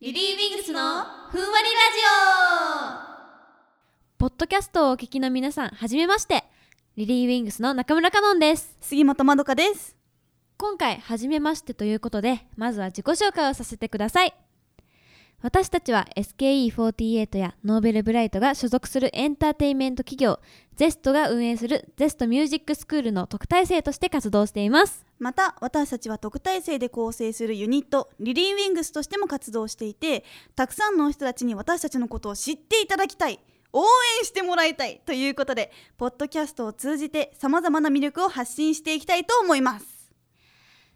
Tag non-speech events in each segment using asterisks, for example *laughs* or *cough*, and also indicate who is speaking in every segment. Speaker 1: リリー・ウィングスのふんわりラジオポッドキャストをお聞きの皆さん、はじめまして。リリー・ウィングスの中村かのんです。
Speaker 2: 杉本まどかです
Speaker 1: 今回、はじめましてということで、まずは自己紹介をさせてください。私たちは SKE48 やノーベルブライトが所属するエンターテインメント企業、ゼストが運営するゼストミュージックスクールの特待生として活動しています。
Speaker 2: また私たちは特待生で構成するユニットリリーウィングスとしても活動していてたくさんの人たちに私たちのことを知っていただきたい応援してもらいたいということでポッドキャストを通じてさまざまな魅力を発信していきたいと思います、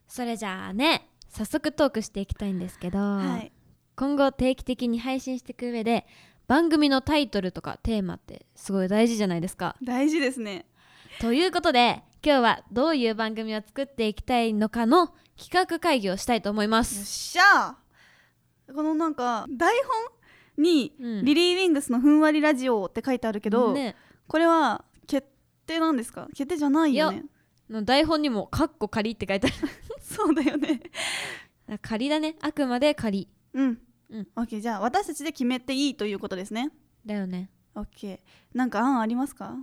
Speaker 1: それじゃあね、早速トークしていきたいんですけど、
Speaker 2: はい、
Speaker 1: 今後定期的に配信していく上で番組のタイトルとかテーマってすごい大事じゃないですか。
Speaker 2: 大事ですね
Speaker 1: ということで今日はどういう番組を作っていきたいのかの企画会議をしたいと思いま
Speaker 2: よっ
Speaker 1: す。
Speaker 2: しゃーこのなんか台本に、
Speaker 1: うん
Speaker 2: リリー・ウィングスのふんわりラジオって書いてあるけど、
Speaker 1: ね、
Speaker 2: これは決定なんですか決定じゃないよ
Speaker 1: い
Speaker 2: ね
Speaker 1: の台本にも「カッコ仮」って書いてあ
Speaker 2: そうだよね
Speaker 1: る仮だねあくまで仮
Speaker 2: うん。
Speaker 1: うん
Speaker 2: オッケーじゃあ私たちで決めていいということですね。
Speaker 1: だよね
Speaker 2: オッケー。なんか案ありますか？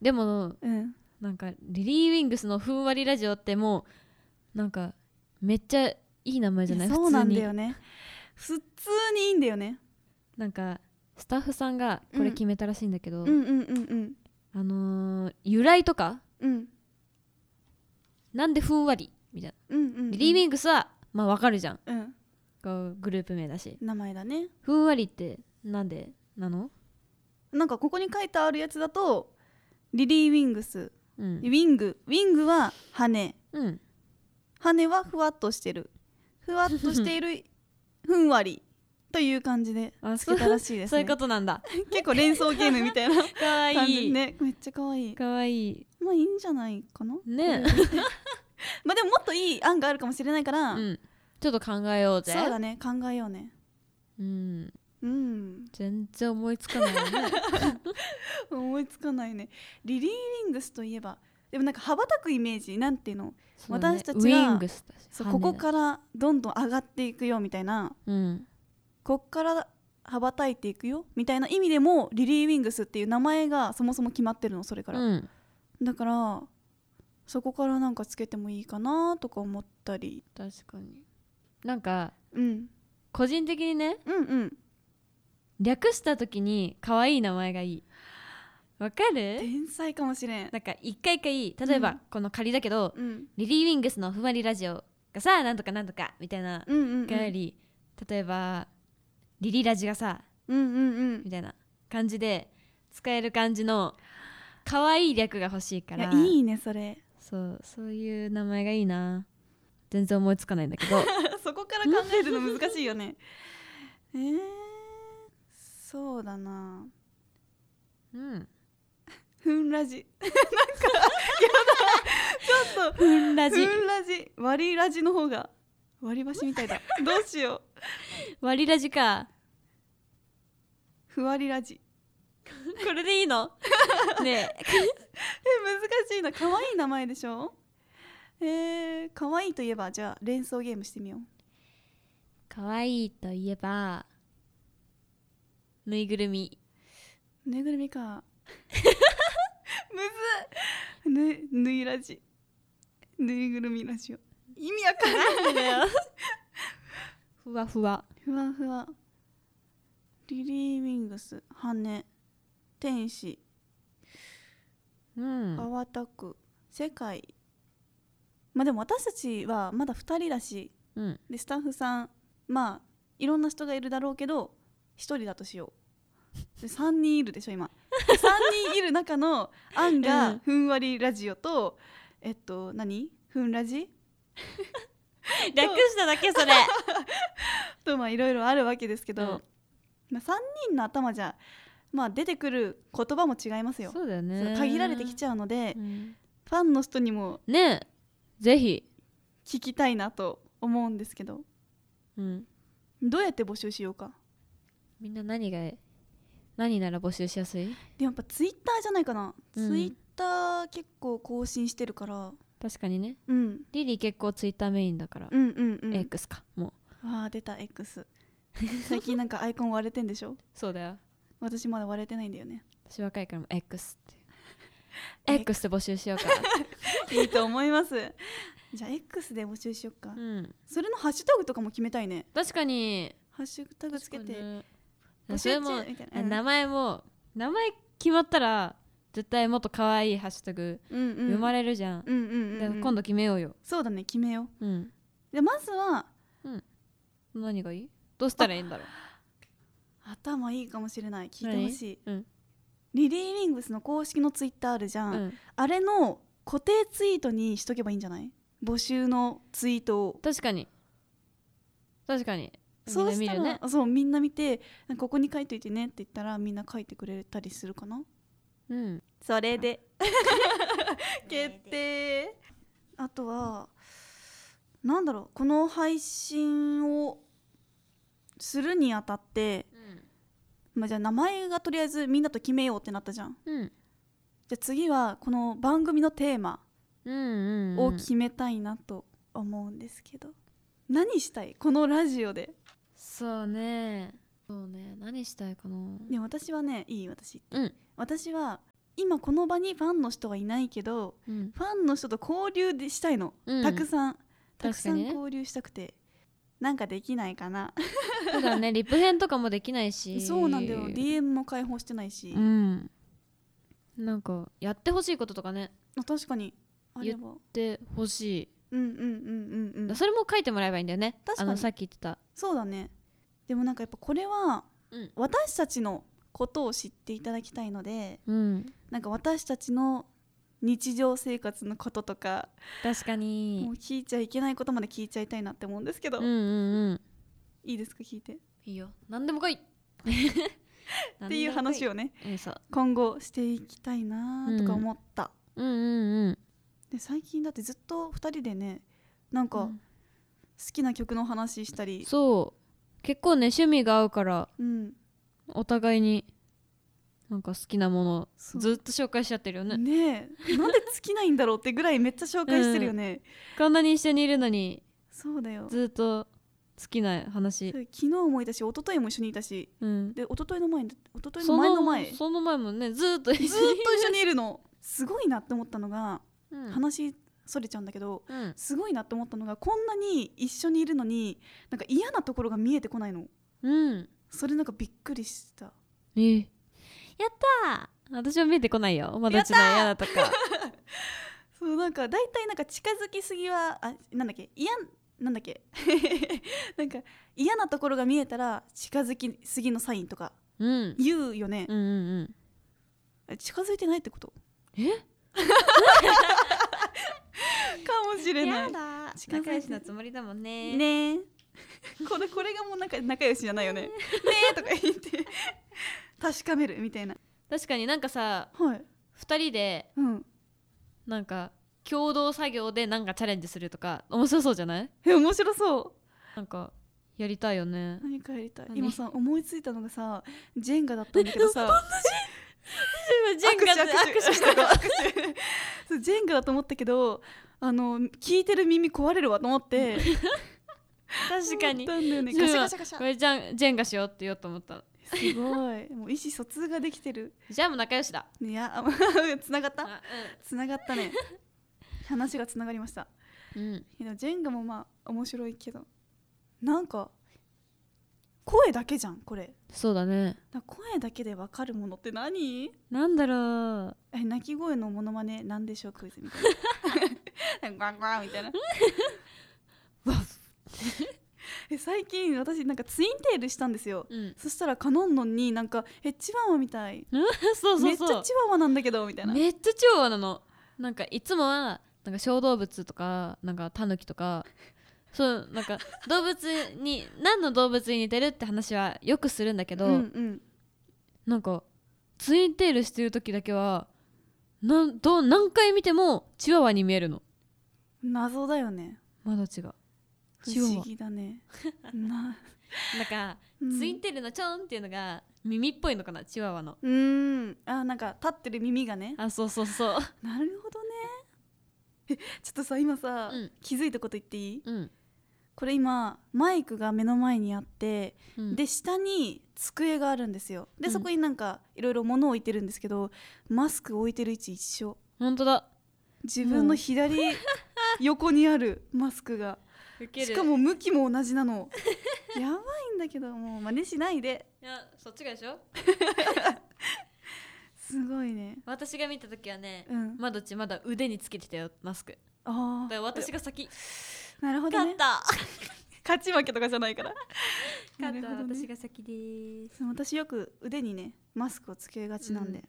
Speaker 1: でも
Speaker 2: うん。
Speaker 1: なんかリリー・ウィングスの「ふんわりラジオ」ってもうなんかめっちゃいい名前じゃない
Speaker 2: いやそうなんだよね。普通にいいんだよね。
Speaker 1: なんかスタッフさんがこれ決めたらしいんだけど、
Speaker 2: うんうんうんうん
Speaker 1: あのー由来とか
Speaker 2: うん
Speaker 1: なんでふんわりみたい
Speaker 2: うんうんうん。
Speaker 1: な、リリー・ウィングスはまあわかるじゃん
Speaker 2: うん
Speaker 1: こうグループ名だし
Speaker 2: 名前だね。
Speaker 1: ふんわりってなんでなの
Speaker 2: なんかここに書いてあるやつだとリリーウィングス、
Speaker 1: う
Speaker 2: ウ
Speaker 1: ん、
Speaker 2: ィングウィングは羽、
Speaker 1: うん、
Speaker 2: 羽はふわっとしてる、ふわっとして
Speaker 1: *laughs*
Speaker 2: いるふんわりという感じで
Speaker 1: あ
Speaker 2: つけたらしいです
Speaker 1: そうい
Speaker 2: ね
Speaker 1: う。ことなんだ
Speaker 2: 結構連想ゲームみたいな
Speaker 1: かわ
Speaker 2: 感
Speaker 1: い
Speaker 2: じ
Speaker 1: い、
Speaker 2: ねめっちゃ可愛い
Speaker 1: かわいい
Speaker 2: まあいいんじゃないかな
Speaker 1: ね
Speaker 2: これまあでももっといい案があるかもしれないから、
Speaker 1: うんちょっと考えよう
Speaker 2: そ
Speaker 1: ぜ
Speaker 2: うだね考えようね
Speaker 1: うん、
Speaker 2: うん
Speaker 1: 全然思いつかない
Speaker 2: *laughs*
Speaker 1: ね
Speaker 2: 思いつかないねリリー・ウィングスといえばでもなんか羽ばたくイメージなんていうの
Speaker 1: そうだね
Speaker 2: 私たち
Speaker 1: ウ
Speaker 2: が
Speaker 1: ィングスだし
Speaker 2: そう
Speaker 1: 羽
Speaker 2: こ
Speaker 1: 根だ
Speaker 2: こからどんどん上がっていくよみたいな
Speaker 1: うん
Speaker 2: こっから羽ばたいていくよみたいな意味でもリリー・ウィングスっていう名前がそもそも決まってるのそれから、
Speaker 1: うん
Speaker 2: だからそこからなんかつけてもいいかなとか思ったり、
Speaker 1: 確かになんか
Speaker 2: うん、
Speaker 1: 個人的にね
Speaker 2: うんうん
Speaker 1: 略した時に可愛い名前がいいわかる
Speaker 2: 天才かもしれん
Speaker 1: なんか一回一回例えば、
Speaker 2: うん
Speaker 1: この仮だけど、
Speaker 2: うん
Speaker 1: リリー・ウィングスの「ふまりラジオ」がさなんとかなんとかみたいな
Speaker 2: うんうんうん
Speaker 1: がより、例えば「リリラジがさ
Speaker 2: うんうんうん」
Speaker 1: みたいな感じで使える感じの可愛い略が欲しいか
Speaker 2: いや
Speaker 1: ら
Speaker 2: いいねそれ
Speaker 1: そうそういう名前がいいな全然思いつかないんだけど
Speaker 2: *laughs* そこから考えるの難しいよね *laughs* えー、そうだな
Speaker 1: *laughs* うん
Speaker 2: ふんラジ *laughs* なんかやだちょっと
Speaker 1: ふんラジ
Speaker 2: ふんラジ割りラジの方が割り箸みたい *laughs* だどうしよう
Speaker 1: 割りラジか
Speaker 2: ふわりラジ
Speaker 1: これでいいの *laughs* ねえ
Speaker 2: え難しいな可愛い名前でしょえー、可愛いといえばじゃあ連想ゲームしてみよう
Speaker 1: 可愛いといえばぬいぐるみ
Speaker 2: ぬいぐるみか *laughs* むずっぬぬいラジぬいぐるみラジオ意味わかんない
Speaker 1: ふわふわ
Speaker 2: *laughs* ふわふわリリー・ウィングス羽天使
Speaker 1: うん
Speaker 2: 羽ばたく、世界まあでも私たちはまだ2人だし
Speaker 1: うん
Speaker 2: でスタッフさんまあいろんな人がいるだろうけど1人だとしようで3人いるでしょ今3人いる中の案
Speaker 1: う
Speaker 2: が
Speaker 1: ん
Speaker 2: ふんわりラジオと、えっと何ふんラジ
Speaker 1: 略しただけそれ
Speaker 2: とまあいろいろあるわけですけど、
Speaker 1: うん
Speaker 2: まあ、3人の頭じゃまあ出てくる言葉も違いますよ、
Speaker 1: そうだよ
Speaker 2: そ
Speaker 1: ね
Speaker 2: う限られてき
Speaker 1: ゃ
Speaker 2: ちゃうので、
Speaker 1: う、ん
Speaker 2: ファンの人にも
Speaker 1: ねえぜひ、
Speaker 2: 聞きたいなと思うんですけど
Speaker 1: うん、
Speaker 2: どうやって募集しようか
Speaker 1: みんな何が何なら募集しやすい
Speaker 2: でもやっぱツイッターじゃないかな、
Speaker 1: うん
Speaker 2: ツイッター結構更新してるから、
Speaker 1: 確かにね
Speaker 2: うん、
Speaker 1: リリー結構ツイッターメインだから、
Speaker 2: うんうんうん
Speaker 1: X かもう
Speaker 2: わあ出た X 最近なんかアイコン割れてんでしょ
Speaker 1: そうだよ
Speaker 2: 私まだ割れてないんだよ *laughs* ね
Speaker 1: 私若いからもう X って *laughs* X って募集しようか *laughs* ない
Speaker 2: いと思いますじゃあ X で募集しよっか、
Speaker 1: うん
Speaker 2: それのハッシュタグとかも決めたいね
Speaker 1: 確かに
Speaker 2: ハッシュタグつけて、
Speaker 1: 募
Speaker 2: 募
Speaker 1: 集
Speaker 2: 集
Speaker 1: 中
Speaker 2: 中
Speaker 1: も、
Speaker 2: みたい
Speaker 1: あ
Speaker 2: なうん
Speaker 1: 名前も名前決まったら絶対もっと可愛いハッシュタグ
Speaker 2: うんうん、
Speaker 1: 生まれるじゃん、
Speaker 2: うんうんうん
Speaker 1: だ
Speaker 2: うん、
Speaker 1: から今度決めようよ
Speaker 2: そうだね決めよう
Speaker 1: うん
Speaker 2: でまずは
Speaker 1: 何がいいどうしたらいいんだろ
Speaker 2: 頭いいかもしれない聞いてほしい、
Speaker 1: 何
Speaker 2: リリー・ウィングスの公式のツイッターあるじゃ
Speaker 1: う、
Speaker 2: ん、
Speaker 1: うん、
Speaker 2: あれの固定ツイートにしとけばいいんじゃない募集のツイートを
Speaker 1: 確かに確かに
Speaker 2: そう
Speaker 1: み
Speaker 2: し
Speaker 1: んな
Speaker 2: た
Speaker 1: 見る
Speaker 2: ら、
Speaker 1: ね
Speaker 2: そうみんな見てここに書いといてねって言ったらみんな書いてくれたりするかな
Speaker 1: うん
Speaker 2: それで *laughs* 決定あとはなんだろうこの配信をするにあたって、まあ、じゃあ名前がとりあえずみんなと決めようってなったじゃん
Speaker 1: うん
Speaker 2: じゃあ次はこの番組のテーマ
Speaker 1: うんうんうん
Speaker 2: を決めたいなと思うんですけど、何したいこのラジオで
Speaker 1: そうねそうね何したいかな
Speaker 2: でも私はねいい私
Speaker 1: うん
Speaker 2: 私は今この場にファンの人はいないけど
Speaker 1: うん
Speaker 2: ファンの人と交流でしたいの、
Speaker 1: うん
Speaker 2: たくさんたく
Speaker 1: 確か
Speaker 2: さ
Speaker 1: に
Speaker 2: ん
Speaker 1: ね
Speaker 2: 交流したくて、なんかできないかな
Speaker 1: そうだねリップ編とかもできないし
Speaker 2: そうなんだよ DM も開放してないし、
Speaker 1: うんなんかやってほしいこととかね
Speaker 2: あ確かにあれば
Speaker 1: やってほし
Speaker 2: うんうんうんうん
Speaker 1: い、
Speaker 2: うん
Speaker 1: それも書いてもらえばいいんだよね
Speaker 2: 確かに
Speaker 1: あのさっき言ってた
Speaker 2: そうだねでもなんかやっぱこれは
Speaker 1: うん
Speaker 2: 私たちのことを知っていただきたいので
Speaker 1: うん
Speaker 2: なんか私たちの日常生活のこととか
Speaker 1: 確かに
Speaker 2: もう聞いちゃいけないことまで聞いちゃいたいなって思うんですけ
Speaker 1: う
Speaker 2: ど、
Speaker 1: んうんうん
Speaker 2: いいですか聞いてっ
Speaker 1: いいよ何でも来いって
Speaker 2: いう話をね
Speaker 1: うんそう
Speaker 2: 今後していきたいなとか思った、
Speaker 1: うんうんうん
Speaker 2: で最近だってずっと2人でねなんか
Speaker 1: う
Speaker 2: 好
Speaker 1: ん
Speaker 2: きな曲の話したり、
Speaker 1: そう結構ね趣味が合うから
Speaker 2: うん
Speaker 1: お互いになんか好きなもの
Speaker 2: そう
Speaker 1: ずっと紹介しちゃってるよね
Speaker 2: ねえなんで尽きないんだろうってぐらいめっちゃ紹介してるよね、
Speaker 1: こんなに一緒にいるのに
Speaker 2: そうだよ
Speaker 1: ずっと好きな
Speaker 2: そう
Speaker 1: 話
Speaker 2: 昨日もいたし一昨日も一緒にいたし
Speaker 1: うん
Speaker 2: で一昨日の前に一昨日
Speaker 1: そ
Speaker 2: の前の前ずっ
Speaker 1: その前もねずっと一緒
Speaker 2: と
Speaker 1: に
Speaker 2: 一緒にいるのすごいなって思ったのが、
Speaker 1: うん
Speaker 2: 話それちゃうんだけど
Speaker 1: うん
Speaker 2: すごいなって思ったのがこんなに一緒にいるのになんか嫌なところが見えてこないの
Speaker 1: うん
Speaker 2: それなんかびっくりした
Speaker 1: えやったー私は見えてこないよまだうちの嫌だと
Speaker 2: *laughs*
Speaker 1: か
Speaker 2: そうなんか大体なんか近づきすぎはあなんだっけ嫌なんだっけ *laughs* なんか嫌なところが見えたら近づきすぎのサインとか
Speaker 1: うんうん
Speaker 2: 言うよね
Speaker 1: う、んうん
Speaker 2: 近づいてないってこと
Speaker 1: え
Speaker 2: かもしれないね
Speaker 1: だ
Speaker 2: 近づいて
Speaker 1: 仲良しのつもりだもんね
Speaker 2: え *laughs* これこれがもうなんか仲良しじゃないよねねえとか言って確かめるみたいな
Speaker 1: 確かになんかさ
Speaker 2: はい
Speaker 1: 2人で
Speaker 2: うん
Speaker 1: なんか共同作業でなんかチャレンジするとか面白そうじゃない
Speaker 2: え面白そう
Speaker 1: なんかやりたいよ
Speaker 2: *laughs*
Speaker 1: ね
Speaker 2: 何かやりたい
Speaker 1: 何
Speaker 2: 今さ思いついたのがさジェンガだったんだけど
Speaker 1: *laughs*
Speaker 2: さ
Speaker 1: ジェンガで
Speaker 2: 握手
Speaker 1: 握手し
Speaker 2: してこう握手 *laughs* そうジェンガだと思ったけどあの聞いてる耳壊れるわと思って
Speaker 1: 確かに
Speaker 2: 思ったんだよねガシャガシャガシ
Speaker 1: こ
Speaker 2: ャ
Speaker 1: れじゃんジェンガしようって言おうと思った
Speaker 2: すごいもう意思疎通ができてる
Speaker 1: じゃあもう仲良しだ
Speaker 2: いや *laughs* あつながった
Speaker 1: あ
Speaker 2: つながったね話がつながりました
Speaker 1: うん、うん、
Speaker 2: でもジェンガもまあ面白いけどなんか声だけじゃんこれ
Speaker 1: そうだね
Speaker 2: だから声だけでわかるものって何
Speaker 1: なんだろう
Speaker 2: え鳴き声のモノマネなんでしょうクイズみたいな
Speaker 1: *laughs*
Speaker 2: ガンガンみ *laughs* たいな
Speaker 1: わ
Speaker 2: *laughs* え最近私なんかツインテールしたんですよ
Speaker 1: うん
Speaker 2: そしたらカノンノンになんか「えチワワみたい
Speaker 1: そうそうそう
Speaker 2: めっちゃチワワなんだけど」みたいな
Speaker 1: めっちゃ調和なのなんかいつもはなんか小動物とかなんかタヌキとかそうなんか動物に何の動物に似てるって話はよくするんだけど、
Speaker 2: うんうん
Speaker 1: なんかツインテールしてる時だけはなんどう何回見てもチワワに見えるの
Speaker 2: 謎だよね
Speaker 1: まだ違う
Speaker 2: 不
Speaker 1: チワワ
Speaker 2: 思議だ
Speaker 1: *laughs*
Speaker 2: ねな
Speaker 1: なんか、
Speaker 2: うん
Speaker 1: ツインテールのチョンっていうのが耳っぽいのかなチワワの
Speaker 2: うーんあなんか立ってる耳がね
Speaker 1: あそうそうそう
Speaker 2: なるほどねえちょっとさ今さ、
Speaker 1: うん
Speaker 2: 気づいたこと言っていい
Speaker 1: うん
Speaker 2: これ今マイクが目の前にあって、
Speaker 1: うん
Speaker 2: で下に机があるんですよで
Speaker 1: うん
Speaker 2: そこになんかいろいろ物を置いてるんですけどマスク置いてる位置一緒
Speaker 1: 本当だ
Speaker 2: 自分の左横に
Speaker 1: *laughs*
Speaker 2: あるマスクがしかも向きも同じなのやばいんだけどもう真似しないで
Speaker 1: いやそっちがでしょ
Speaker 2: すごいね
Speaker 1: 私が見た時はね、
Speaker 2: うん
Speaker 1: まどっちまだ腕につけてたよマスク
Speaker 2: あ
Speaker 1: だ
Speaker 2: あ
Speaker 1: から私が先
Speaker 2: なるほど
Speaker 1: 勝
Speaker 2: ね
Speaker 1: った
Speaker 2: 勝ち負けとかじゃないからな
Speaker 1: 勝っ
Speaker 2: る
Speaker 1: た
Speaker 2: ほど
Speaker 1: 私
Speaker 2: ね
Speaker 1: が先です
Speaker 2: そう私よく腕にねマスクをつけがちなんで、
Speaker 1: うん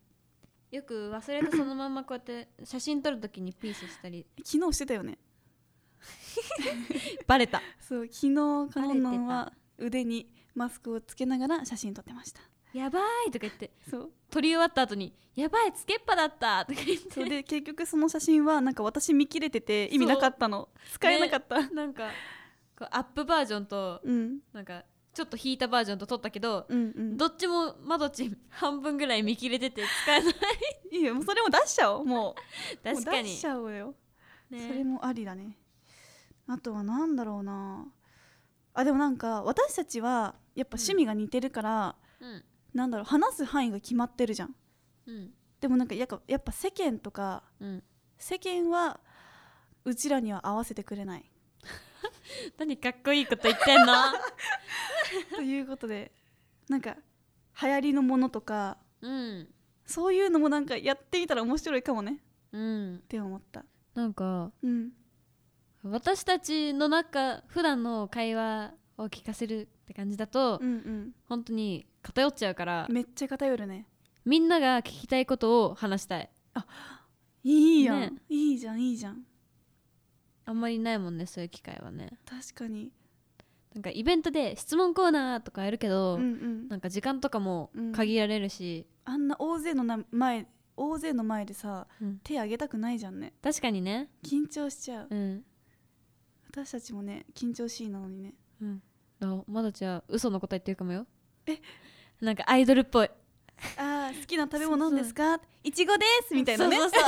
Speaker 1: よく忘れたそのまんまこうやって写真撮るときにピースしたり
Speaker 2: 昨日してたよね
Speaker 1: バレた
Speaker 2: そう昨日カノンノンは腕にマスクをつけながら写真撮ってました
Speaker 1: やばいとか言って
Speaker 2: *laughs* そう
Speaker 1: 撮り終わった後にやばいつけっぱだったとか言っ
Speaker 2: そ
Speaker 1: て
Speaker 2: れで結局その写真はなんか私見切れてて意味なかったの使えなかった、
Speaker 1: なんかこうアップバージョンと
Speaker 2: うん
Speaker 1: なんかちょっと引いたバージョンと撮ったけど、
Speaker 2: うんうん
Speaker 1: どっちもまどっち半分ぐらい見切れてて使 *laughs* えない
Speaker 2: いいよもうそれも出しちゃおうもう
Speaker 1: 確か
Speaker 2: もう出
Speaker 1: に
Speaker 2: しちゃおうよ、それ
Speaker 1: ね
Speaker 2: もありだねあとは何だろうなあでもなんか私たちはやっぱ趣味が似てるから、
Speaker 1: うん
Speaker 2: なんだろう話す範囲が決まってるじゃん
Speaker 1: うん
Speaker 2: でもなんかやっぱやっぱ世間とか
Speaker 1: うん
Speaker 2: 世間はうちらには合わせてく
Speaker 1: *laughs*
Speaker 2: れない
Speaker 1: 何かっこいいこと言ってんの
Speaker 2: ということでなんか流行りのものとか
Speaker 1: *laughs* うん
Speaker 2: そういうのもなんかやってみたら面白いかもね
Speaker 1: うん
Speaker 2: って思った
Speaker 1: なんか
Speaker 2: うん
Speaker 1: 私たちの中普段の会話を聞かせるって感じだと、
Speaker 2: うん
Speaker 1: 本当に偏っちゃうから
Speaker 2: うんめっちゃ偏るね
Speaker 1: みんなが聞きたいことを話したい
Speaker 2: いいやん、
Speaker 1: ね
Speaker 2: いいじゃんいいじゃん
Speaker 1: あんまりないもんねそういう機会はね
Speaker 2: 確かに
Speaker 1: なんかイベントで質問コーナーとかやるけど、
Speaker 2: うんうん
Speaker 1: なんか時間とかも
Speaker 2: うん
Speaker 1: 限られるし、
Speaker 2: あんな大勢のな前大勢の前でさ
Speaker 1: うん
Speaker 2: 手挙げたくないじゃんね
Speaker 1: 確かにね
Speaker 2: 緊張しちゃう
Speaker 1: うん、
Speaker 2: 私たちもね緊張しいなのにね
Speaker 1: うん、だからまだちゃ嘘の答え言ってるかもよ
Speaker 2: え
Speaker 1: なんかアイドルっぽい
Speaker 2: あー好きな食べ物なんですかいちごですみたいなね
Speaker 1: そうそう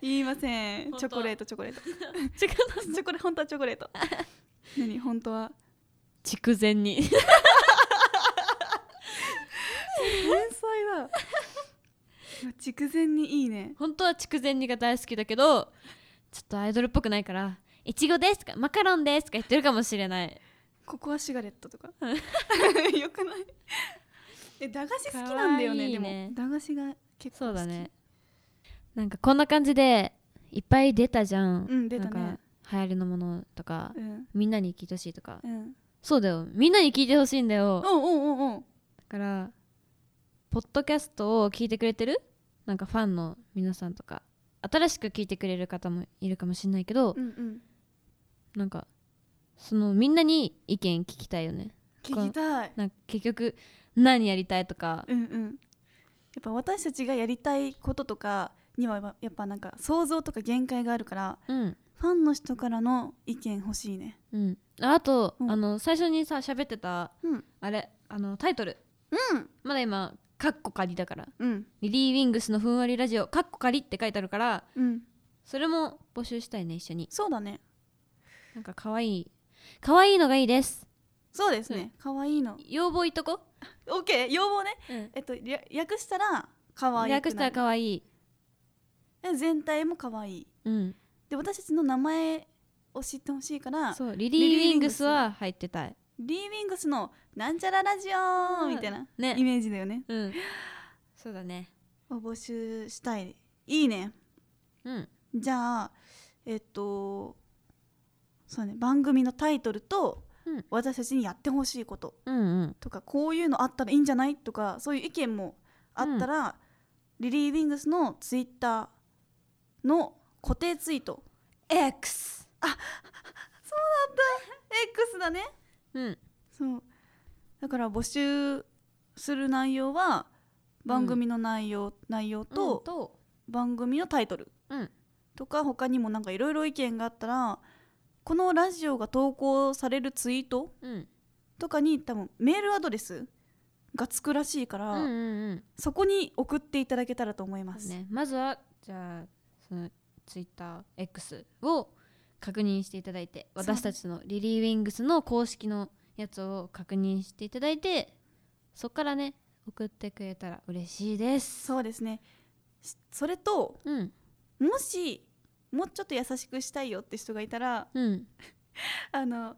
Speaker 2: 言いません
Speaker 1: 本
Speaker 2: チ
Speaker 1: 当
Speaker 2: ョコレートチョコレート *laughs*
Speaker 1: そう違う *laughs*
Speaker 2: チョコレ本当はチョコレー *laughs* ト何本当は
Speaker 1: 筑前に
Speaker 2: 天才だいや筑前にいいね
Speaker 1: 本当は筑前煮が大好きだけどちょっとアイドルっぽくないから「いちごです」とか「マカロンです」とか言ってるかもしれない
Speaker 2: ココアシガレットと *laughs* かよくないえ駄菓子好きなんだ
Speaker 1: かわい
Speaker 2: よね
Speaker 1: いね
Speaker 2: でも駄菓子が結構
Speaker 1: そ
Speaker 2: 好
Speaker 1: う
Speaker 2: き
Speaker 1: だねなんかこんな感じでいっぱい出たじゃん、
Speaker 2: うん出たね
Speaker 1: なんか流行りのものとか、
Speaker 2: うん
Speaker 1: みんなに聞いてほしいとか
Speaker 2: うん
Speaker 1: そうだよみんなに聞いてほしいんだよだ
Speaker 2: おうおうおうおう
Speaker 1: からポッドキャストを聞いてくれてるなんかファンの皆さんとか新しく聞いてくれる方もいるかもしれないけど、
Speaker 2: うんうん
Speaker 1: なんかそのみんなに意見聞きたいよね
Speaker 2: 聞きたい
Speaker 1: なんか結局何やりたいとか
Speaker 2: うんうんやっぱ私たちがやりたいこととかにはやっぱやっぱなんか想像とか限界があるから
Speaker 1: うん
Speaker 2: ファンの人からの意見欲しいね
Speaker 1: うんああと、
Speaker 2: うん
Speaker 1: あの最初にさ喋ってた
Speaker 2: うん
Speaker 1: あれあのタイトル
Speaker 2: うん
Speaker 1: まだ今カッコ仮だから
Speaker 2: うん
Speaker 1: リリー・ウィングスのふんわりラジオカッコ仮って書いてあるから
Speaker 2: うん
Speaker 1: それも募集したいね一緒に
Speaker 2: そうだね
Speaker 1: なんか可愛い可愛いのがいいです
Speaker 2: そうですね。可愛いいの。
Speaker 1: 要望いっとこ、
Speaker 2: オッケー、要望ね。
Speaker 1: うん、
Speaker 2: えっとりゃ略したら可愛いくなる。
Speaker 1: 略したら可愛い
Speaker 2: え全体も可愛い。
Speaker 1: うん
Speaker 2: で私たちの名前を知ってほしいから、
Speaker 1: そうリリー・ウィングスは入ってたい
Speaker 2: リーウィングスのなんちゃらラジオみたいな
Speaker 1: ね
Speaker 2: イメージだよね。
Speaker 1: うんそうだね
Speaker 2: を募集したい。いいね。
Speaker 1: うん
Speaker 2: じゃあえっとそうね番組のタイトルと
Speaker 1: うん
Speaker 2: 私たちにやってほしいこと
Speaker 1: うんうん
Speaker 2: とかこういうのあったらいいんじゃないとかそういう意見もあったら、リリー・ウィングスのツイッターの固定ツイート
Speaker 1: X
Speaker 2: X だね
Speaker 1: うん
Speaker 2: そうだから募集する内容は番組の内容、内容
Speaker 1: と、
Speaker 2: と番組のタイトル
Speaker 1: うん
Speaker 2: とか他にもなんかいろいろ意見があったらこのラジオが投稿されるツイート
Speaker 1: うん
Speaker 2: とかに多分メールアドレスがつくらしいか
Speaker 1: う
Speaker 2: ら、
Speaker 1: んうんうん
Speaker 2: そこに送っていただけたらと思います。
Speaker 1: ね、まずはじゃあそのツイッター X を確認していただいて私たちのリリー・ウィングスの公式のやつを確認していただいてそっからね送ってくれたら嬉しいです
Speaker 2: そうですねしそれと
Speaker 1: うん
Speaker 2: もしもうちょっと優しくしたいよって人がいたら
Speaker 1: うん
Speaker 2: あの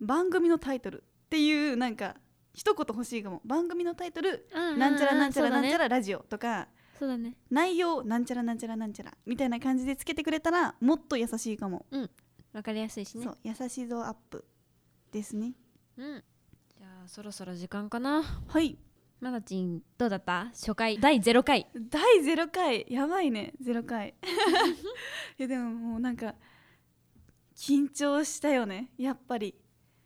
Speaker 2: 番組のタイトルっていうなんか一言欲しいかも番組のタイトル「なんちゃらなんちゃらなんちゃ
Speaker 1: ら
Speaker 2: らラジオ」とか、
Speaker 1: そうだね
Speaker 2: 内容「なんちゃらなんちゃらなんちゃら」みたいな感じでつけてくれたらもっと優しいかも、
Speaker 1: わかりやすいしね
Speaker 2: そう優しい度アップですね
Speaker 1: うんじゃあそろそろ時間かな
Speaker 2: はい
Speaker 1: マナチンどうだった初回第0回
Speaker 2: 第0回やばいね0回 *laughs* いやでももうなんか緊張したよねやっぱり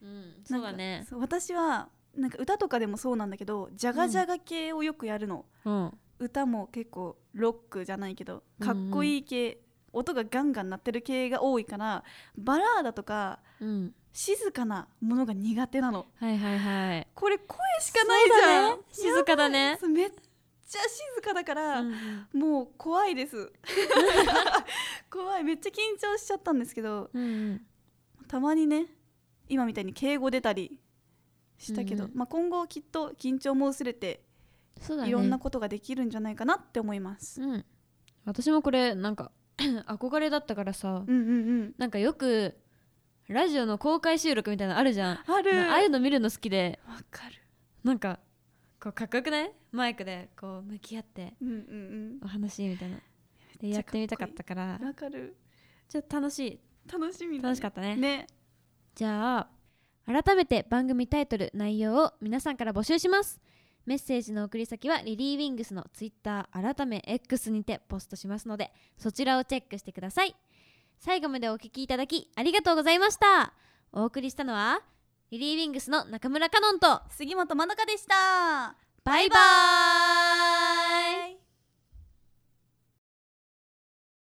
Speaker 1: うん
Speaker 2: な
Speaker 1: そ
Speaker 2: ん
Speaker 1: う
Speaker 2: か
Speaker 1: だね
Speaker 2: そう私はなんか歌とかでもそうなんだけどジャガジャガ系をよくやるの、
Speaker 1: うん
Speaker 2: 歌も結構ロックじゃないけどかっこいい系、音がガンガン鳴ってる系が多いからバラーダとか
Speaker 1: うん
Speaker 2: 静かなものが苦手なの
Speaker 1: はいはいはい
Speaker 2: これ声しかないじゃん、
Speaker 1: そうだね静かだね
Speaker 2: そうめっちゃ静かだから、
Speaker 1: うん
Speaker 2: もう怖いです *laughs* 怖いめっちゃ緊張しちゃったんですけど
Speaker 1: うん
Speaker 2: たまにね今みたいに敬語出たりしたけど、
Speaker 1: うんうん
Speaker 2: まあ、今後きっと緊張も薄れて
Speaker 1: そうだね
Speaker 2: いろんなことができるんじゃないかなって思います、
Speaker 1: うん私もこれなんか *clears throat* 憧れだったからさ
Speaker 2: うんうんうん
Speaker 1: なんかよくラジオの公開収録みたいなのあるじゃん
Speaker 2: ある
Speaker 1: ああいうの見るの好きで
Speaker 2: わかる
Speaker 1: なんかこうかっこよくないマイクでこう向き合って
Speaker 2: うんうん
Speaker 1: お話みたいなで
Speaker 2: めっち
Speaker 1: や
Speaker 2: ゃ
Speaker 1: っ
Speaker 2: かっこ
Speaker 1: て
Speaker 2: いい
Speaker 1: みたかったから
Speaker 2: うんわかる
Speaker 1: ちょっと楽し
Speaker 2: 楽しみ
Speaker 1: い
Speaker 2: だ
Speaker 1: 楽しかったね
Speaker 2: ね
Speaker 1: じゃあ改めて番組タイトル内容を皆さんから募集しますメッセージの送り先はリリー・ウィングスの Twitter 改め X にてポストしますのでそちらをチェックしてください最後までお聞きいただきありがとうございましたお送りしたのはリリー・ウィングスの中村かのんと
Speaker 2: 杉本まどかでした
Speaker 1: バイバーイ